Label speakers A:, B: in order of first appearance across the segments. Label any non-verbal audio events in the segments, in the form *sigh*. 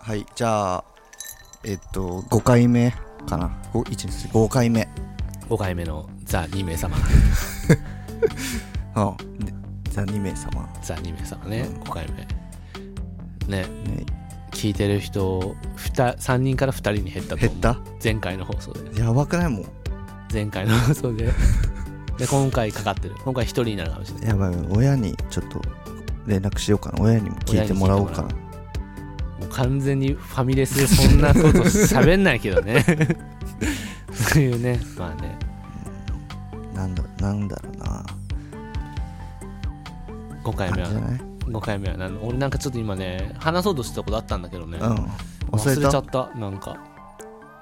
A: はいじゃあえっと5回目かな5回目
B: 5回目のザ2名様
A: うんでザ2名様
B: ザ2名様ね、
A: うん
B: 5回目ね
A: ね
B: 聞いてる人3人から2人に減ったと
A: 減
B: 思う
A: った
B: 前回の放送で
A: やばくないもん
B: 前回の
A: *laughs*
B: 放送でで今回かかってる今回1人になるかもしれない
A: やばい親にちょっと連絡しようかな親にも聞いてもらおうかな
B: もう完全にファミレスでそんなこと喋んないけどねそういうねまあね
A: なんだなんだろうな
B: 5回
A: あ
B: 目
A: れじゃ
B: は
A: ない
B: 5回目はなん俺なんかちょっと今ね話そうとしたことあったんだけどね、
A: うん忘れ
B: ちゃ
A: た
B: ったなんか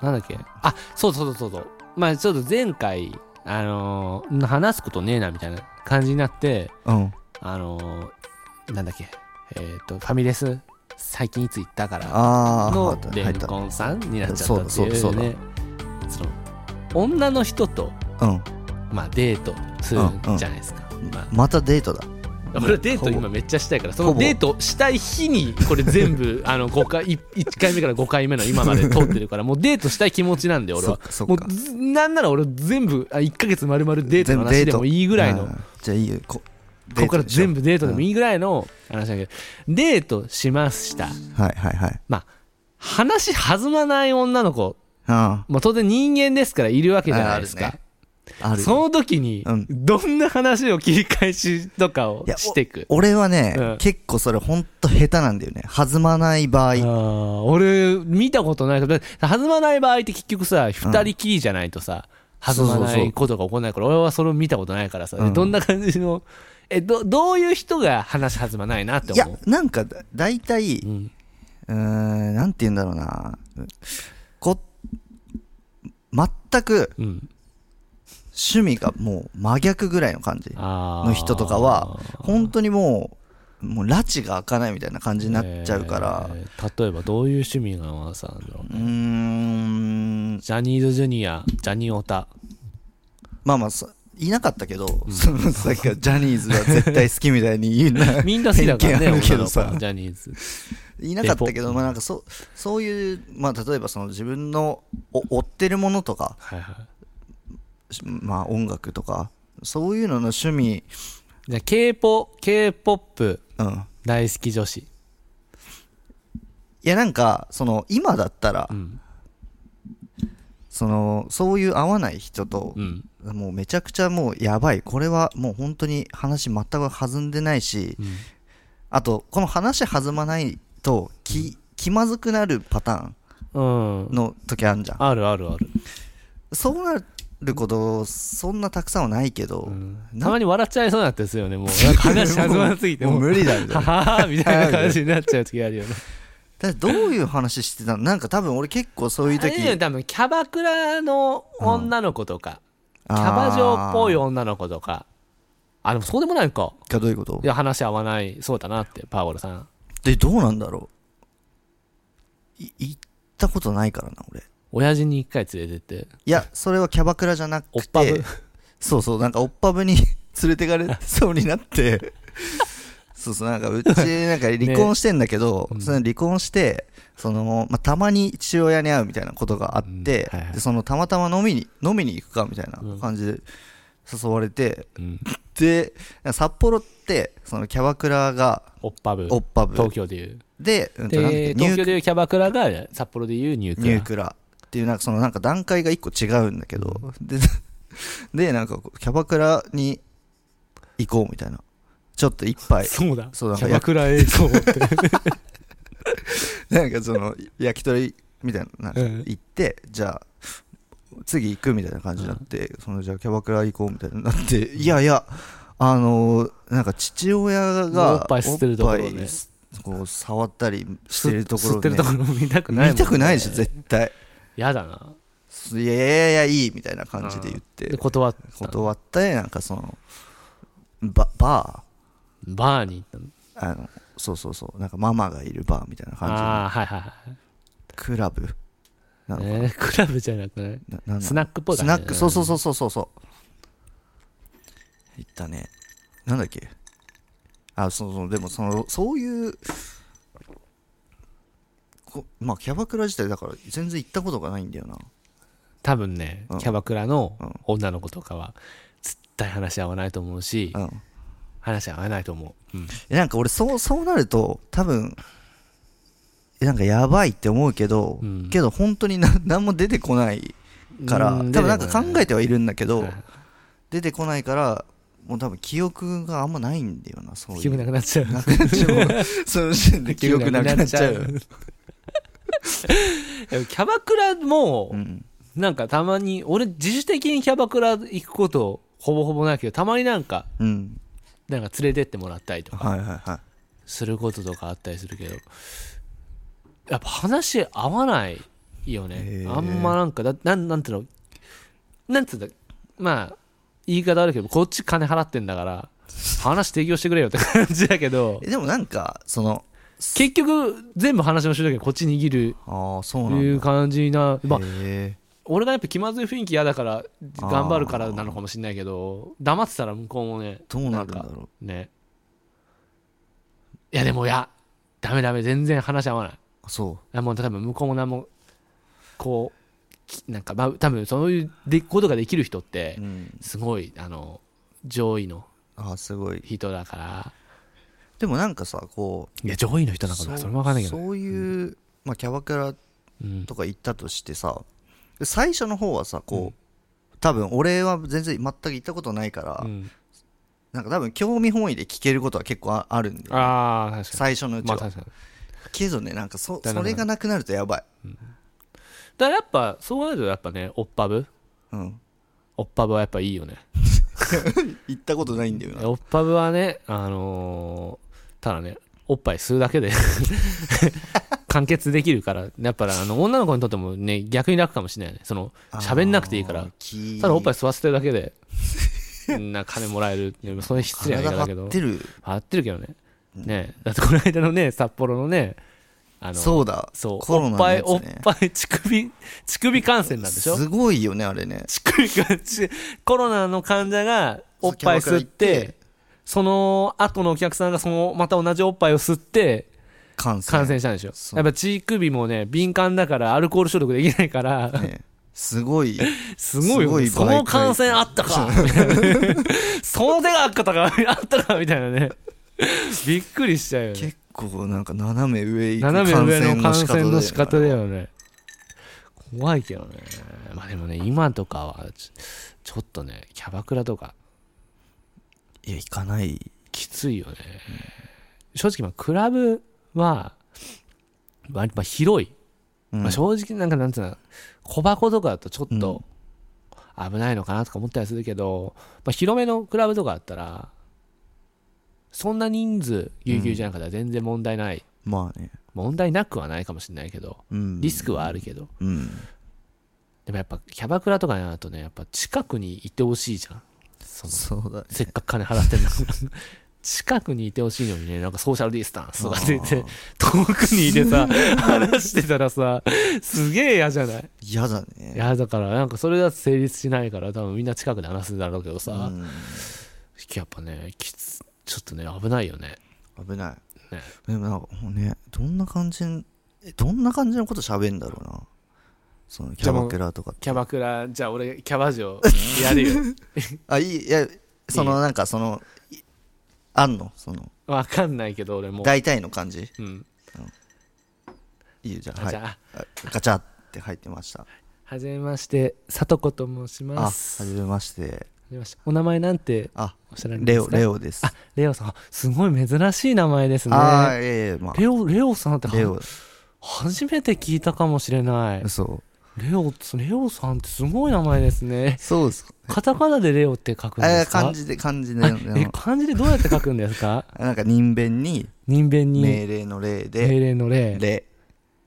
B: なんだっけあそうそうそうそうそうまあちょっと前回あのー話すことねえなみたいな感じになって
A: うん
B: あのーなんだっけえっ、とファミレス最近いつ行ったから
A: ああ
B: の
A: 入った
B: レ
A: 入っ
B: ン
A: た
B: コンさんになっちゃったっていうね
A: そ
B: そう
A: だそうだそうだ
B: の女の人と、
A: うん
B: まあ、デートするじゃないですか、まあ
A: またデートだ
B: 俺デート今めっちゃしたいからそのデートしたい日にこれ
A: *laughs*
B: 全部あの5回1回目から5回目の今まで通ってるからもうデートしたい気持ちなんで俺
A: そっ
B: は
A: かそ
B: も
A: っか
B: うずなんなら俺全部あ1ヶ月丸々デートの話でもいいぐらいの
A: うんじゃあいいよこ
B: ここから全
A: 部
B: 部デートでもいいぐらいの話だけどデートしました
A: はいはいはい
B: まあ話弾まない女の子
A: うん
B: もう当然人間ですからいるわけじゃないです
A: ああ
B: か
A: るある
B: その時に
A: うん
B: どんな話を切り返しとかを
A: いやお
B: していく
A: 俺はね、
B: うん
A: 結構それほんと下手なんだよね弾まない場合
B: あー俺見たことないけど弾まない場合って結局さ二人きりじゃないとさ、弾ま
A: そう
B: な
A: そうそう
B: いことが起こらないから俺はそれを見たことないからさ、で
A: うん
B: どんな感じのえどどういう人が話弾まないなって
A: いや
B: 思う
A: なんかだ大体
B: う、
A: うんーんなんて言うんだろうなこ全く
B: うん、
A: 趣味がもう真逆ぐらいの感じ
B: あー
A: の人とかは本当にもうもう拉致が開かないみたいな感じになっちゃうから、
B: えー例えばどういう趣味が合わさんだろう
A: うーん
B: ジャニーズジュニアジャニオタ
A: まあまあそいなかったけど、そのさっきからジャニーズは絶対好きみたいに言うな
B: みんな好きだからね
A: *laughs* 偏見あるけどさ
B: 女の子はジャニーズ
A: いなかったけど、まあ、なんかそそういう、まあ、例えばその自分のお追ってるものとか、
B: はいはい
A: しまあ、音楽とかそういうのの趣味、
B: じゃあ k p o p p
A: うん、い
B: 大好き女子
A: やなんかその今だったら、
B: うん
A: そのそういう合わない人と
B: う、ん
A: もうめちゃくちゃもうやばいこれはもう本当に話全く弾んでないし、
B: うん
A: あとこの話弾まないと気気まずくなるパターン
B: うん
A: の時あるじゃん
B: あるあるある、
A: そうなることそんなたくさんはないけど、
B: うん
A: な
B: たまに笑っちゃいそうになってです
A: *laughs*
B: よねもうなんか話弾まなすぎて
A: も
B: も
A: う
B: う
A: 無理だみたい
B: は
A: な
B: ははみたいな感じになっちゃう時あるよね
A: だってどういう話してたのなんか多分俺結構そういう
B: あれ
A: 時
B: だよね多分キャバクラの女の子とか、キャバ嬢っぽい
A: よ
B: 女の子とかあでもそうでもないか
A: がどういうこと
B: いや話合わないそうだなってパウロさん
A: でどうなんだろうい行ったことないからな俺
B: 親父に一回連れてって
A: いやそれはキャバクラじゃなくて
B: おっぱぶ
A: そうそうなんかおっぱぶに *laughs* 連れてかれそうになってそうそうなんか
B: *laughs*
A: うちなんか離婚してんだけど、その離婚してその、まあ、たまに父親に会うみたいなことがあって、
B: うんはいはい
A: でそのたまたま飲みに飲みに行くかみたいな感じで誘われて、
B: うん
A: で札幌ってそのキャバクラが
B: おっぱぶ
A: オッパブ
B: 東京でいう
A: で,、うんとなんだっけ
B: で東京
A: ニュー
B: でいうキャバクラが札幌でいうニューク
A: ニ
B: ラ
A: ュークラっていうなんかそのなんか段階が一個違うんだけど、ででなんかこうキャバクラに行こうみたいなちょっと一杯
B: そうだ
A: そうなん
B: キ
A: か
B: ャバクラ映像って
A: なんかその焼き鳥みたいななんか
B: うん
A: 行って、じゃあ次行くみたいな感じになって、そのじゃあキャバクラ行こうみたいになって、いやいやあのなんか父親が
B: おっぱい吸ってるところね
A: おっぱいすこう触ったりしてるところ、ね、
B: 吸ってるところ見たくないもんね
A: 見たくないでしょ絶対
B: やだな
A: すいやいやいやいいみたいな感じで言って、
B: で断った
A: 断ってなんかそのババ
B: バーに行ったの
A: ーあのそうそうそうなんかママがいるバーみたいな感じの
B: ああはいはいはい
A: クラブなのかな、
B: えークラブじゃなくない
A: ななんだ
B: スナックっぽい
A: ス
B: 感じだ
A: ナ
B: ね
A: ックそうそうそうそうそうそう行ったねなんだっけあそうそうでもそのそういうここまあキャバクラ自体だから全然行ったことがないんだよな
B: 多分ね、
A: うん
B: キャバクラの
A: うん
B: 女の子とかは絶対話し合わないと思うし、
A: うん
B: 話し合わないと思う、うん
A: えなんか俺そうそうなると多分えなんかやばいって思うけど、
B: うん
A: けど本当にな何も出てこないから
B: う
A: 多分
B: ん出てこな
A: ないんか考えてはいるんだけど、
B: はい
A: 出てこないからもう多分記憶があんまないんだよなそういう
B: 記憶なくなっちゃう
A: なくなっちゃうそ
B: *laughs*
A: の時点で記憶なくなっちゃう
B: でも *laughs* キャバクラも
A: うん
B: なんかたまに俺自主的にキャバクラ行くことほぼほぼないけどたまになんか
A: うん
B: なんか連れてってもらったりとか
A: はいはいは
B: することとかあったりするけどやっぱ話合わないよね
A: へー
B: あんまなんかだなんなんていうのなんていうんだまあ言い方あるけどこっち金払ってんだから話提供してくれよって感じだけど
A: *laughs* いえでもなんかその
B: 結局全部話の主導権こっち握る
A: ああそう
B: と
A: なんだ
B: いう感じな、まあ、
A: へ
B: 俺がやっぱ気まずい雰囲気嫌だから頑張るからなのかもしれないけど黙ってたら向こうもね
A: どうなるんだろう
B: かねいやでもいやダメダメ全然話合わないい
A: ーそ
B: やもう多分向こうも何もこうきなんかまあ多分そういうでことができる人っ
A: う、
B: て
A: うん、
B: すごいあの上位の
A: ああすごい
B: 人だから
A: でもなんかさこう
B: いや上位の人なんか
A: そ
B: な
A: う
B: それも分かんないけど、
A: そういう、まあ、キャバクラ
B: うん、
A: とか行ったとしてさ最初の方はさこう、多分俺は全然全く行ったことないから、
B: うん
A: なんか多分興味本位で聞けることは結構ああるんで
B: ああ確か
A: 最初のう
B: に
A: ち
B: まあ
A: は、
B: 確かに
A: けどねなんかそ
B: だから
A: それがなくなるとやばい、
B: だからやっぱそうなるとやっぱねおっぱぶ
A: うん、
B: おっぱぶはやっぱいいよね
A: 行ったことないんだよな
B: オッパブはね、あのーただね、おっぱい吸うだけで *laughs* 完結できるから、やっぱりあの女の子にとってもね、逆に楽かもしれないね。その、喋んなくていいか
A: あ
B: ら
A: ー、き
B: ただおっぱい吸わせてるだけで、な金もらえる。でもそれ失礼な言い
A: 体
B: 方だけ
A: 張
B: ど
A: っ。てる
B: 合ってるけどね。ねだってこの間のね、札幌のね、あの、
A: そうだ
B: そう
A: コロナ
B: おっ
A: の
B: ぱい、
A: や
B: お
A: つ
B: っ
A: ね
B: ぱい、乳首、乳首感染なんでしょ
A: すごいよねあれね
B: 乳首がちコロナの患者がおっぱい吸っ
A: そうキャバクラ行って
B: てその後のお客さんがそのまた同じおっぱいを吸って
A: 感染
B: 感染したんでしょ
A: そう
B: やっぱ乳首もね敏感だからアルコール消毒できないから、
A: ねすご
B: *laughs*
A: い
B: すごいよね
A: す
B: そ
A: ごい媒介
B: の感染あった
A: *laughs*
B: かその手があったかあったかみたいなねびっくりしちゃうよね
A: 結構なんか斜め上行く
B: 斜め上の感染の仕方
A: だよね
B: だよね怖いけどねまあでもね今とかはちちょっとねキャバクラとか
A: いや行かない
B: きついよね、正直まあクラブは割とまあ広い、
A: うん
B: まあ、正直なんかなんつうの小箱とかだとちょっ
A: う
B: と危ないのかなとか思ったりするけど、まあ、広めのクラブとかだったらそんな人数ぎゅうぎゅうじゃなかったら全然問題ない、
A: まあね
B: 問題なくはないかもしれないけど
A: うん
B: リスクはあるけど、
A: うん
B: でもやっぱキャバクラとかになるとねやっぱ近くにいてほしいじゃんその
A: そうだ
B: せっかく金払ってんだから
A: *laughs*
B: 近くにいてほしいのにね、なんかソーシャルディスタンスとかって言って、遠くにいてさ、話してたらさ、すげえ嫌じゃない
A: 嫌だね
B: 嫌だから、なんかそれだと成立しないから、多分みんな近くで話すんだろうけどさ、
A: うん
B: やっぱね、きつ、ちょっとね、危ないよね。
A: 危ない
B: ね
A: でもなんかもうねどんな感じんえどんな感じのこと喋んだろうなそのキャバクラとか
B: キャバクラ、じゃあ俺、キャバ嬢やるよ。 *laughs*
A: あいいいやそ
B: い
A: のなんかそのいあんのその
B: わかんないけど、俺も。
A: 大体の感じ
B: うん。
A: いいよじゃあ
B: あ
A: は
B: じ
A: い
B: ゃあ、
A: あガチャって入ってました
B: はじめまして、さとこと申し
A: あ
B: ま
A: は
B: す。
A: じ
B: は
A: めまして
B: じめまして。お名前なんて
A: あ
B: おっしゃられるんで
A: レ
B: す
A: オ
B: か
A: レオです
B: あレオさん、すごい珍しい名前ですね。
A: ああいえいえま
B: レオ、レオさんって
A: あレオ
B: 初めて聞いたかもしれない。
A: そう
B: レオ、レオさんってすごい名前で
A: *laughs*
B: すね。
A: そうですか
B: カタカナでレオって書くん
A: え
B: で
A: ー
B: すか
A: 漢字で漢字で
B: あ
A: あの
B: え、漢字でどうやって書くんです
A: *laughs*
B: か
A: なんか人弁に
B: 人弁に、
A: 命令の令
B: 命
A: で
B: 令の霊。
A: 令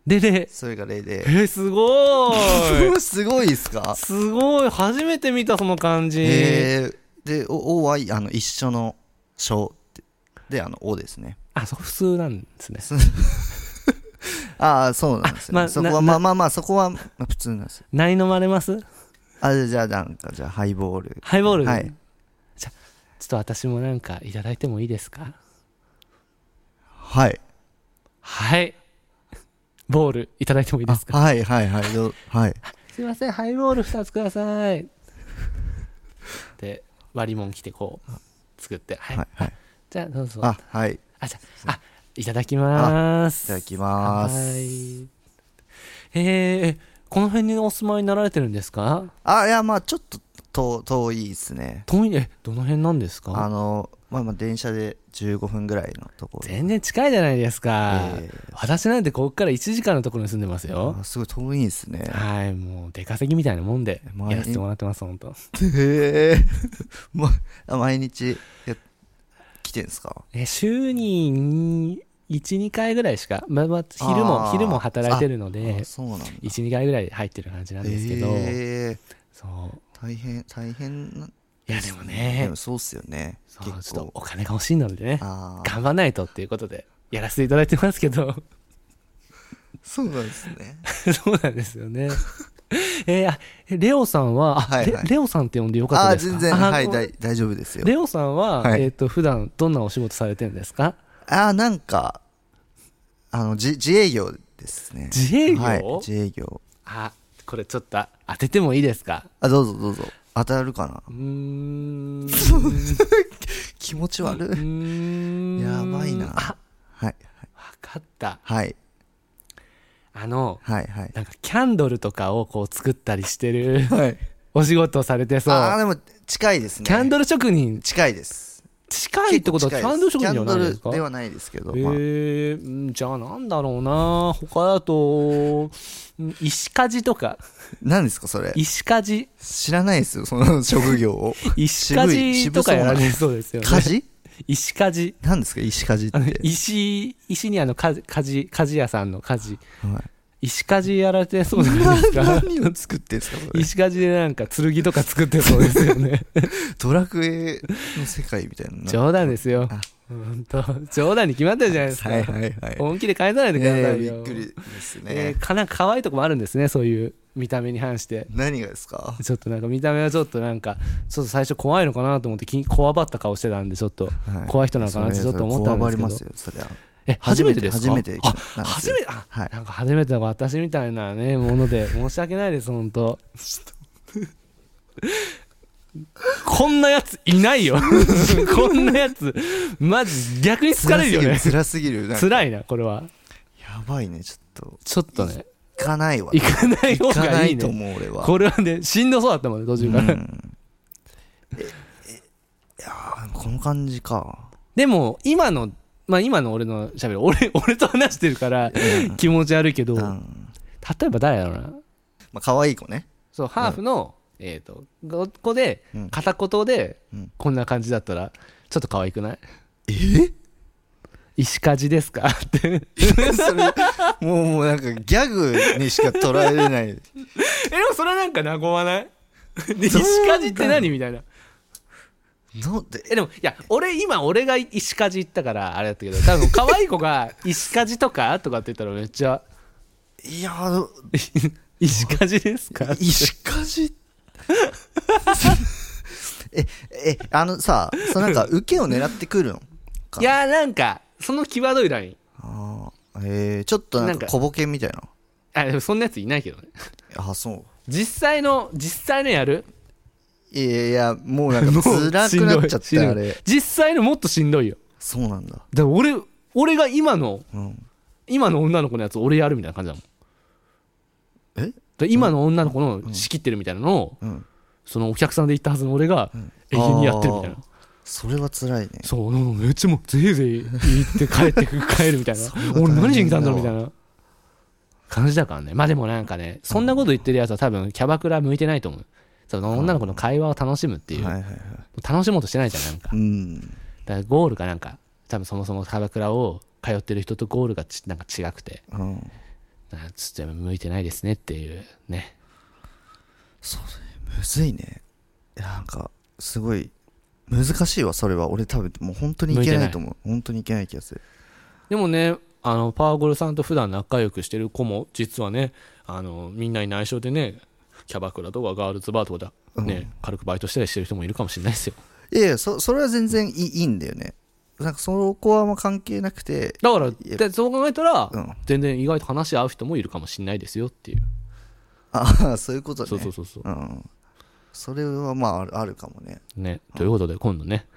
B: で、霊。
A: それが令
B: え
A: で
B: ー、すご
A: *laughs*
B: い。
A: すごいですか
B: すごい。初めて見た、その漢字。
A: えーで「お」おはいあの一緒の「小」ってであの「お」ですね
B: あ、そう、普通なんですね。
A: ああそうなんですよ、
B: あま
A: ね
B: あ
A: そこ
B: な
A: はまあまあまあそこはまあ普通なんですよ
B: 何飲まれます
A: あじゃあじゃあなんかじゃあハイボール
B: ハイボール。
A: はい。
B: じゃあちょっと私もなんかいただいてもいいですか
A: はい
B: はい。ボールいただいてもいいですか
A: はいはいはいよはい
B: すいませんハイボール2つくださいで割りもん来てこう作ってはい、
A: はいはい
B: じゃあどうぞあ
A: あはいい
B: じゃああいただきます
A: ただきます
B: はいえー、この辺にお住まいになられてるんですか
A: あいやまあちょっと遠遠いですね
B: 遠いえどの辺なんです
A: あ
B: か
A: のまあまあ電車で15分ぐらいのところ
B: 全然近いじゃないですか、
A: ええ
B: 私なんてここから1時間のところに住んでますよ
A: あすごい遠いですね
B: はいもう出稼ぎみたいなもんで
A: まあ
B: やらせてもらってます本当
A: へえ *laughs* まあ毎日や来てんすか
B: え週に12回ぐらいしか、まあまあ、昼
A: あ
B: も
A: ー
B: 昼も働いてるの
A: あ
B: で
A: そうなんだ
B: 12回ぐらい入ってる感じなんですけど、
A: ええ
B: そう
A: 大変大変ない
B: やでも
A: で
B: ね
A: もそうっすよね
B: そうちょっ
A: 結
B: と
A: 構
B: お金が欲しいのでね
A: ああ
B: 頑張らないとっていうことでやらせていただいてますけど
A: そうなんですね
B: *laughs* そうなんですよねえーあレオさんはあ、
A: はいはい
B: レレオさんって呼んでよかっ
A: あ
B: た
A: あ
B: ですか
A: 全然はい
B: こう
A: 大大丈夫ですよ
B: レオさんは、
A: はい
B: えっ、と、普段どんなお仕事されてるんですか
A: ああなんかあのじ自営業ですね
B: 自営業、
A: はい自営業
B: あ、これちょっと当ててもいいですか
A: あどうぞどうぞ当たるかな
B: うーん。う
A: 気持ち悪い
B: ーん
A: やばいな
B: あ、
A: はい
B: わかった。
A: はい
B: あの、
A: はいはい
B: なんかキャンドルとかをこう作ったりし
A: *laughs*
B: てる
A: はい
B: お仕事をされてそ
A: ああ
B: う。
A: でも近いですね
B: キャンドル職人、
A: 近いです
B: 近いってことはキ
A: 結
B: ャ
A: 構
B: ンドル
A: 近
B: 職人じゃないで
A: キャ
B: すか
A: ンドルではないですけど、
B: へ
A: まあ
B: えうんじゃあなんだろうな他だと、うん石鍛冶とか、
A: 何ですかそれ
B: 石鍛冶、
A: 知らないですよその職業を
B: 石鍛冶とかやられるそうですよね。
A: 家事 *laughs*
B: 石鍛冶。
A: 何ですか石鍛
B: あ
A: 冶っ
B: の
A: て、
B: 石、石にあの、鍛冶、鍛冶鍛冶屋さんの鍛冶。
A: はい
B: 石鍛冶やられてそうじゃないですか。
A: 何を作ってんですかそれ
B: 石鍛冶でなんか剣とか作ってそうで
A: *laughs*
B: すよね。
A: ドラクエの世界みたいな
B: 冗談ですよ
A: あ。
B: 本当冗談に決まってるじゃないですか。
A: はいはいはい
B: 本気で返さないでください
A: え
B: よ。
A: えびっくりです
B: え
A: ね
B: ーかな可愛いとこもあるんですね、そういう見た目に反して。
A: 何がですか
B: *laughs* ちょっとなんか見た目はちょっとなんか、ちょっと最初怖いのかなと思ってき、こわばった顔してたんで、ちょっと
A: はい
B: 怖い人なのかなってちょっと思ったんですけど。
A: それは
B: え、初めてですか
A: 初めて
B: あ、
A: なんです
B: 初
A: よ
B: めて、あ、
A: はい
B: なんか初めての私みたいなね、もので、申し訳ないです、本当こんなやついな
A: *laughs*
B: いよ。こんなやつ、マジ逆に疲れるよね。
A: 辛すぎる辛すぎるなんか
B: 辛いな、これは。
A: やばいねちょっと
B: ちょっとね、
A: 行かないわ
B: 行かない方
A: 行か
B: が
A: ない
B: い
A: いと
B: ね。
A: 思う俺は
B: これはね、しんどそうだったもんね、途
A: う
B: 中
A: ん
B: から。
A: ええいやーこの感じか
B: でも、今の、まあ今の俺の喋り、俺、 *laughs* 俺と話してるから
A: うん
B: 気持ち悪いけど、
A: うん
B: 例えば誰だろうな。
A: まあ可愛い子ね
B: そう、ハーフの、えっ、と、ここで
A: うん、
B: 片言で
A: うん、
B: こんな感じだったら、ちょっと可愛くない
A: え
B: 石鍛冶ですか *laughs* って。
A: *laughs* それもうもうなんかギャグにしか捉えれない
B: え、でもそれなんか和ま *laughs* ない石鍛冶って何みたいな。
A: なんで
B: え、でも、いや、俺、今、俺が石鍛冶行ったから、あれだったけど、多分、可愛い子が、石鍛冶とかとかって言ったらめっちゃ、
A: いやー
B: 石鍛冶ですか
A: 石かじ *laughs* ええあのさそのなんか受けを狙ってくるのか
B: いや、なんか、その際どいライン。
A: あーえー、ちょっとな
B: なんん
A: か
B: か
A: 小ボケみたいな
B: あ、でもそんなやついないけどね。
A: あそう
B: 実際の、実際のやる
A: いやいやもうなんか辛くなっちゃっ
B: しん
A: て
B: どい
A: あれ
B: 実際のもっとしんどいよ。
A: そうなんだ
B: だから俺、俺が今の、
A: うん
B: 今の女の子のやつ俺やるみたいな感じだもん。
A: え
B: だから今の女の子の仕切ってるみたいなのを、
A: うん
B: そのお客さんで言ったはずの俺が、永遠にやってるみたいな
A: あ。それは辛いね
B: そう、なんかめっちゃもうぜいぜい言って帰ってく、帰るみたい *laughs* な
A: れは。大変だ
B: 俺
A: わ
B: 何しに来たんだろうみたいな感じだからね。まあでもなんかね、そんなこと言ってるやつは多分キャバクラ向いてないと思う。その女の子の会話を楽しむっていう。
A: はいはいはい
B: 楽しもうとしてないじゃん、なんか。
A: うん
B: だからゴールがなんか、多分そもそもキャバクラを通ってる人とゴールがちなんか違くて、
A: うん
B: あちょっと向いてないですねっていうね。
A: むずいねいやなんかすごい難しいわそれは俺多分もう本当にいけないと思う本当にいけない気がする
B: でもね、あの、パワゴルさんと普段仲良くしてる子も、実はね、あの、みんなに内緒でね、キャバクラとかガールズバーとかだ、ね、軽くバイトしたりしてる人もいるかもしれないですよ。
A: いやいやそそれは全然いいいいんだよねなんかそこはあんま関係なくて、
B: だから
A: いや
B: でそう考えたら、
A: うん。
B: 全然意外と話し合う人もいるかもしれないですよっていう
A: ああ、 *laughs* そういうことね。
B: そうそうそうそう
A: うん。それはまあある、あるかもね。
B: ねということで今度ね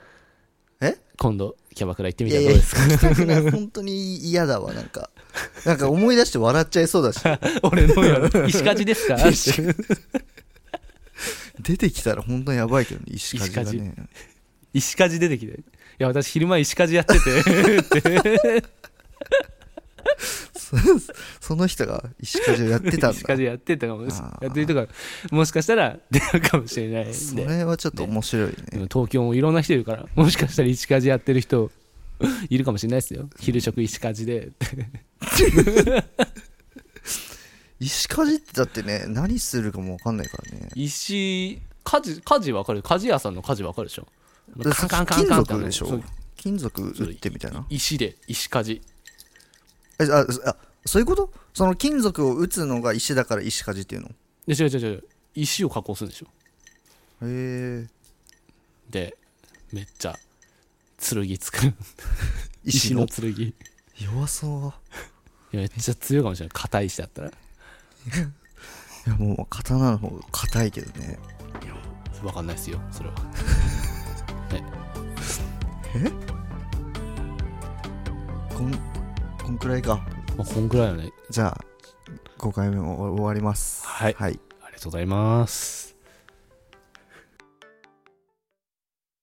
A: え
B: 今度キャバクラ行ってみ
A: い
B: た
A: や
B: ら
A: い
B: ど
A: や、行
B: うですか
A: きたくない。本当に嫌だわ、なんか。なんか思い出して笑っちゃいそう
B: *laughs*
A: だし、
B: 俺のよ
A: *laughs*
B: うに石勝ちですか
A: 出てきたら本当にやばいけどね、石火事がね。
B: 石鍛冶出てきて「いや私昼間石鍛冶やってて」
A: *laughs* そ *laughs* の人が石火事をやってたん
B: 石鍛
A: だ。
B: 冶やってたかもし
A: あー
B: やってるとかもしかしたら *laughs* 出るかもしれないん
A: そ
B: で
A: れはちょっと面白い
B: うん
A: ね。
B: 東京もいろんな人いるからもしかしたら石鍛冶やってる人 *laughs* いるかもしれないですよ昼食石鍛冶で
A: 石火事ってだってね、何するかもわかんないからね。
B: 石鍛冶鍛冶わかる鍛冶屋さんの鍛冶わかるでしょ
A: で金
B: あ
A: 属
B: の
A: でし
B: そ
A: ょ
B: う
A: 金属打ってみたいな。
B: 石で石鍛冶
A: えああそういうことその金属を打つのが石だから石鍛冶っていうのへ
B: で違う違う違う石を加工するんでしょ
A: え
B: でめっちゃ剣作る石
A: *laughs* 石
B: の
A: の
B: 剣い
A: 弱そう
B: やめっちゃ強いかもしれない硬い石だったら
A: いやもう刀の方が硬いけどね
B: 分かんないですよそれは
A: こんこんくらいか
B: まあこんぐらいよね
A: じゃあ5回目も終わります
B: はい
A: はい
B: ありがとうございます